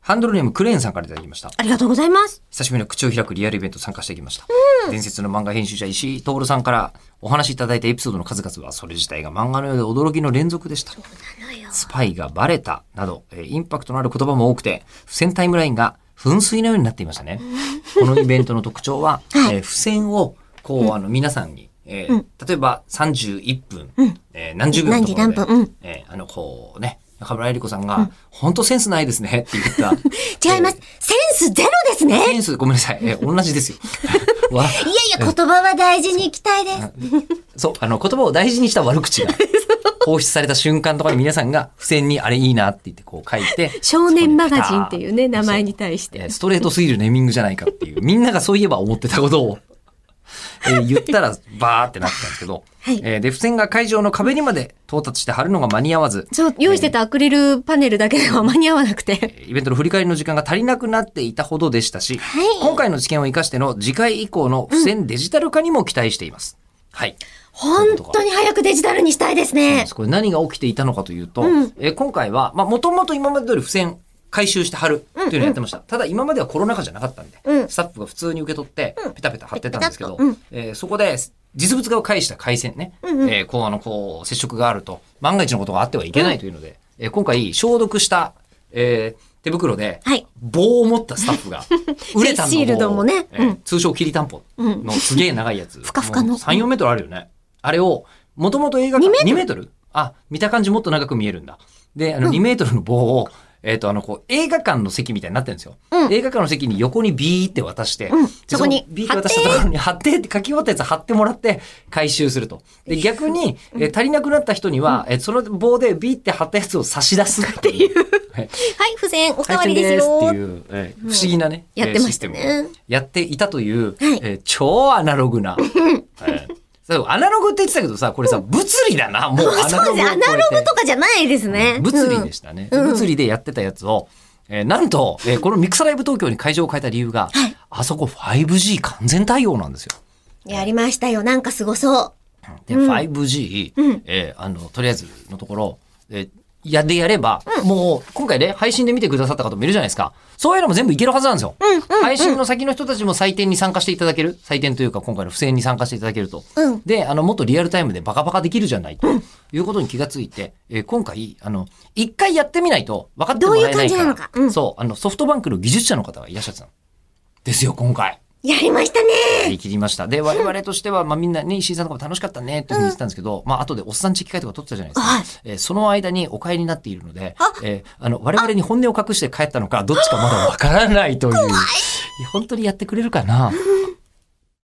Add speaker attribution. Speaker 1: ハンドルネームクレーンさんからいただきました。
Speaker 2: ありがとうございます。
Speaker 1: 久しぶりの口を開くリアルイベント参加してきました、伝説の漫画編集者石井徹さんからお話しいただいたエピソードの数々はそれ自体が漫画のようで驚きの連続でしたスパイがバレたなど、えーインパクトのある言葉も多くて付箋タイムラインが噴水のようになっていましたねこのイベントの特徴 は、えー付箋をこうあの皆さんに、えー例えば31分、えー何十秒のところで
Speaker 2: 何時何分うん
Speaker 1: えーあのこうね中村江里子さんが、本当センスないですねって言った。
Speaker 2: 違います。センスゼロですね。いやい
Speaker 1: センス、ごめんなさい。え、同じですよ。 わ
Speaker 2: や、言葉は大事にいきたいです。
Speaker 1: そう、あの、言葉を大事にした悪 口が、放出された瞬間とかに皆さんが、付箋にあれいいなって言ってこう書いて、
Speaker 2: 少年マガジンっていうね、名前に対し
Speaker 1: え
Speaker 2: て
Speaker 1: ー。ストレートすぎるネーミングじゃないかっていう、み んながそういえば思ってたことを、えー言ったらバーってなってたんですけど、
Speaker 2: はい
Speaker 1: えーで、付箋が会場の壁にまで到達して貼るのが間に合わず、
Speaker 2: そう、用意してたアクリルパネルだけでは間に合わなくて。
Speaker 1: イベントの振り返りの時間が足りなくなっていたほどでしたし、
Speaker 2: はい
Speaker 1: 今回の知見を生かしての次回以降の付箋デジタル化にも期待しています。はい。
Speaker 2: 本当に早くデジタルにしたいです
Speaker 1: そうなん
Speaker 2: ね
Speaker 1: です。これ何が起きていたのかというと、えー今回は、まあ、もともと今まで通り付箋回収して貼るというのをやってました。ただ今まではコロナ禍じゃなかったんで、
Speaker 2: うん
Speaker 1: スタッフが普通に受け取って、ペタペタ貼ってたんですけど、
Speaker 2: ペタペタと
Speaker 1: えーそこで実物が介した回線ね、えーこう、あの、こう、接触があると、万が一のことがあってはいけないというので、えー今回消毒した、えー手袋で
Speaker 2: はい、
Speaker 1: 棒を持ったスタッ フが、ウレタンの
Speaker 2: シールドもね
Speaker 1: 棒をえー
Speaker 2: うん
Speaker 1: 通称きりたんぽのすげえ長いやつ。
Speaker 2: ふかふかの
Speaker 1: もう3、4メートルあるよね。あれを、もともと映画館、2メートルあ、見た感じもっと長く見えるんだ。で、あの、2メートルの棒を、えっ、と、あの、こう、映画館の席みたいになってるんですよ。
Speaker 2: うん
Speaker 1: 映画館の席に横にビーって渡して、
Speaker 2: うん
Speaker 1: で
Speaker 2: そこ
Speaker 1: の
Speaker 2: に
Speaker 1: ビーって渡したところに貼ってって書き終わったやつ貼ってもらって回収すると。で、逆に、えー足りなくなった人には、えーその棒でビーって貼ったやつを差し出すっていう。はい
Speaker 2: はい、付箋お
Speaker 1: お
Speaker 2: かわりですよ。
Speaker 1: っていう、えー不思議なね、
Speaker 2: やってましたね
Speaker 1: えーシステムをやっていたという、
Speaker 2: はい
Speaker 1: えー超アナロ グな。えーそうアナログって言ってたけどさ、これさ、物理だな、もう
Speaker 2: あ
Speaker 1: アナ
Speaker 2: そう
Speaker 1: ロ
Speaker 2: で
Speaker 1: グを超え
Speaker 2: す。ア
Speaker 1: て
Speaker 2: ナログとかじゃないですね。
Speaker 1: 物理で
Speaker 2: し
Speaker 1: したね、
Speaker 2: うん
Speaker 1: 物理でやってたやつを、えーなんと、えーこのミクサライブ東京に会場を変えた理由が、あそこ 5G 完全対応なんですよ。
Speaker 2: やりましたよ。なんかすごそう。
Speaker 1: で、5G、えーあの、とりあえずのところ、えーやでやれば、もう、今回ね、配信で見てくださった方もいるじゃないですか。そういうのも全部いけるはずなんですよ。配信の先の人たちも採点に参加していただける。採点というか、今回の不正に参加していただけると。
Speaker 2: うん
Speaker 1: で、あの、もっとリアルタイムでバカバカできるじゃない、ということに気がついて、えー今回、あの、一回やってみないと分かってもらえないから。
Speaker 2: どういう感じなのかうん
Speaker 1: そう、あの、ソフトバンクの技術者の方がいらっしゃってたの。ですよ、今回。
Speaker 2: やりましたね。
Speaker 1: 言い切りました。で、我々としては、まあみんなね、石井さんとかも楽しかったね、というふうに言ってたんですけど、まあ後でおっさんチェキ会とか撮ってたじゃないですか。
Speaker 2: はい
Speaker 1: えーその間にお帰りになっているので、えーあの、我々に本音を隠して帰ったのか、どっちかまだわからないという。いや本当にやってくれるかな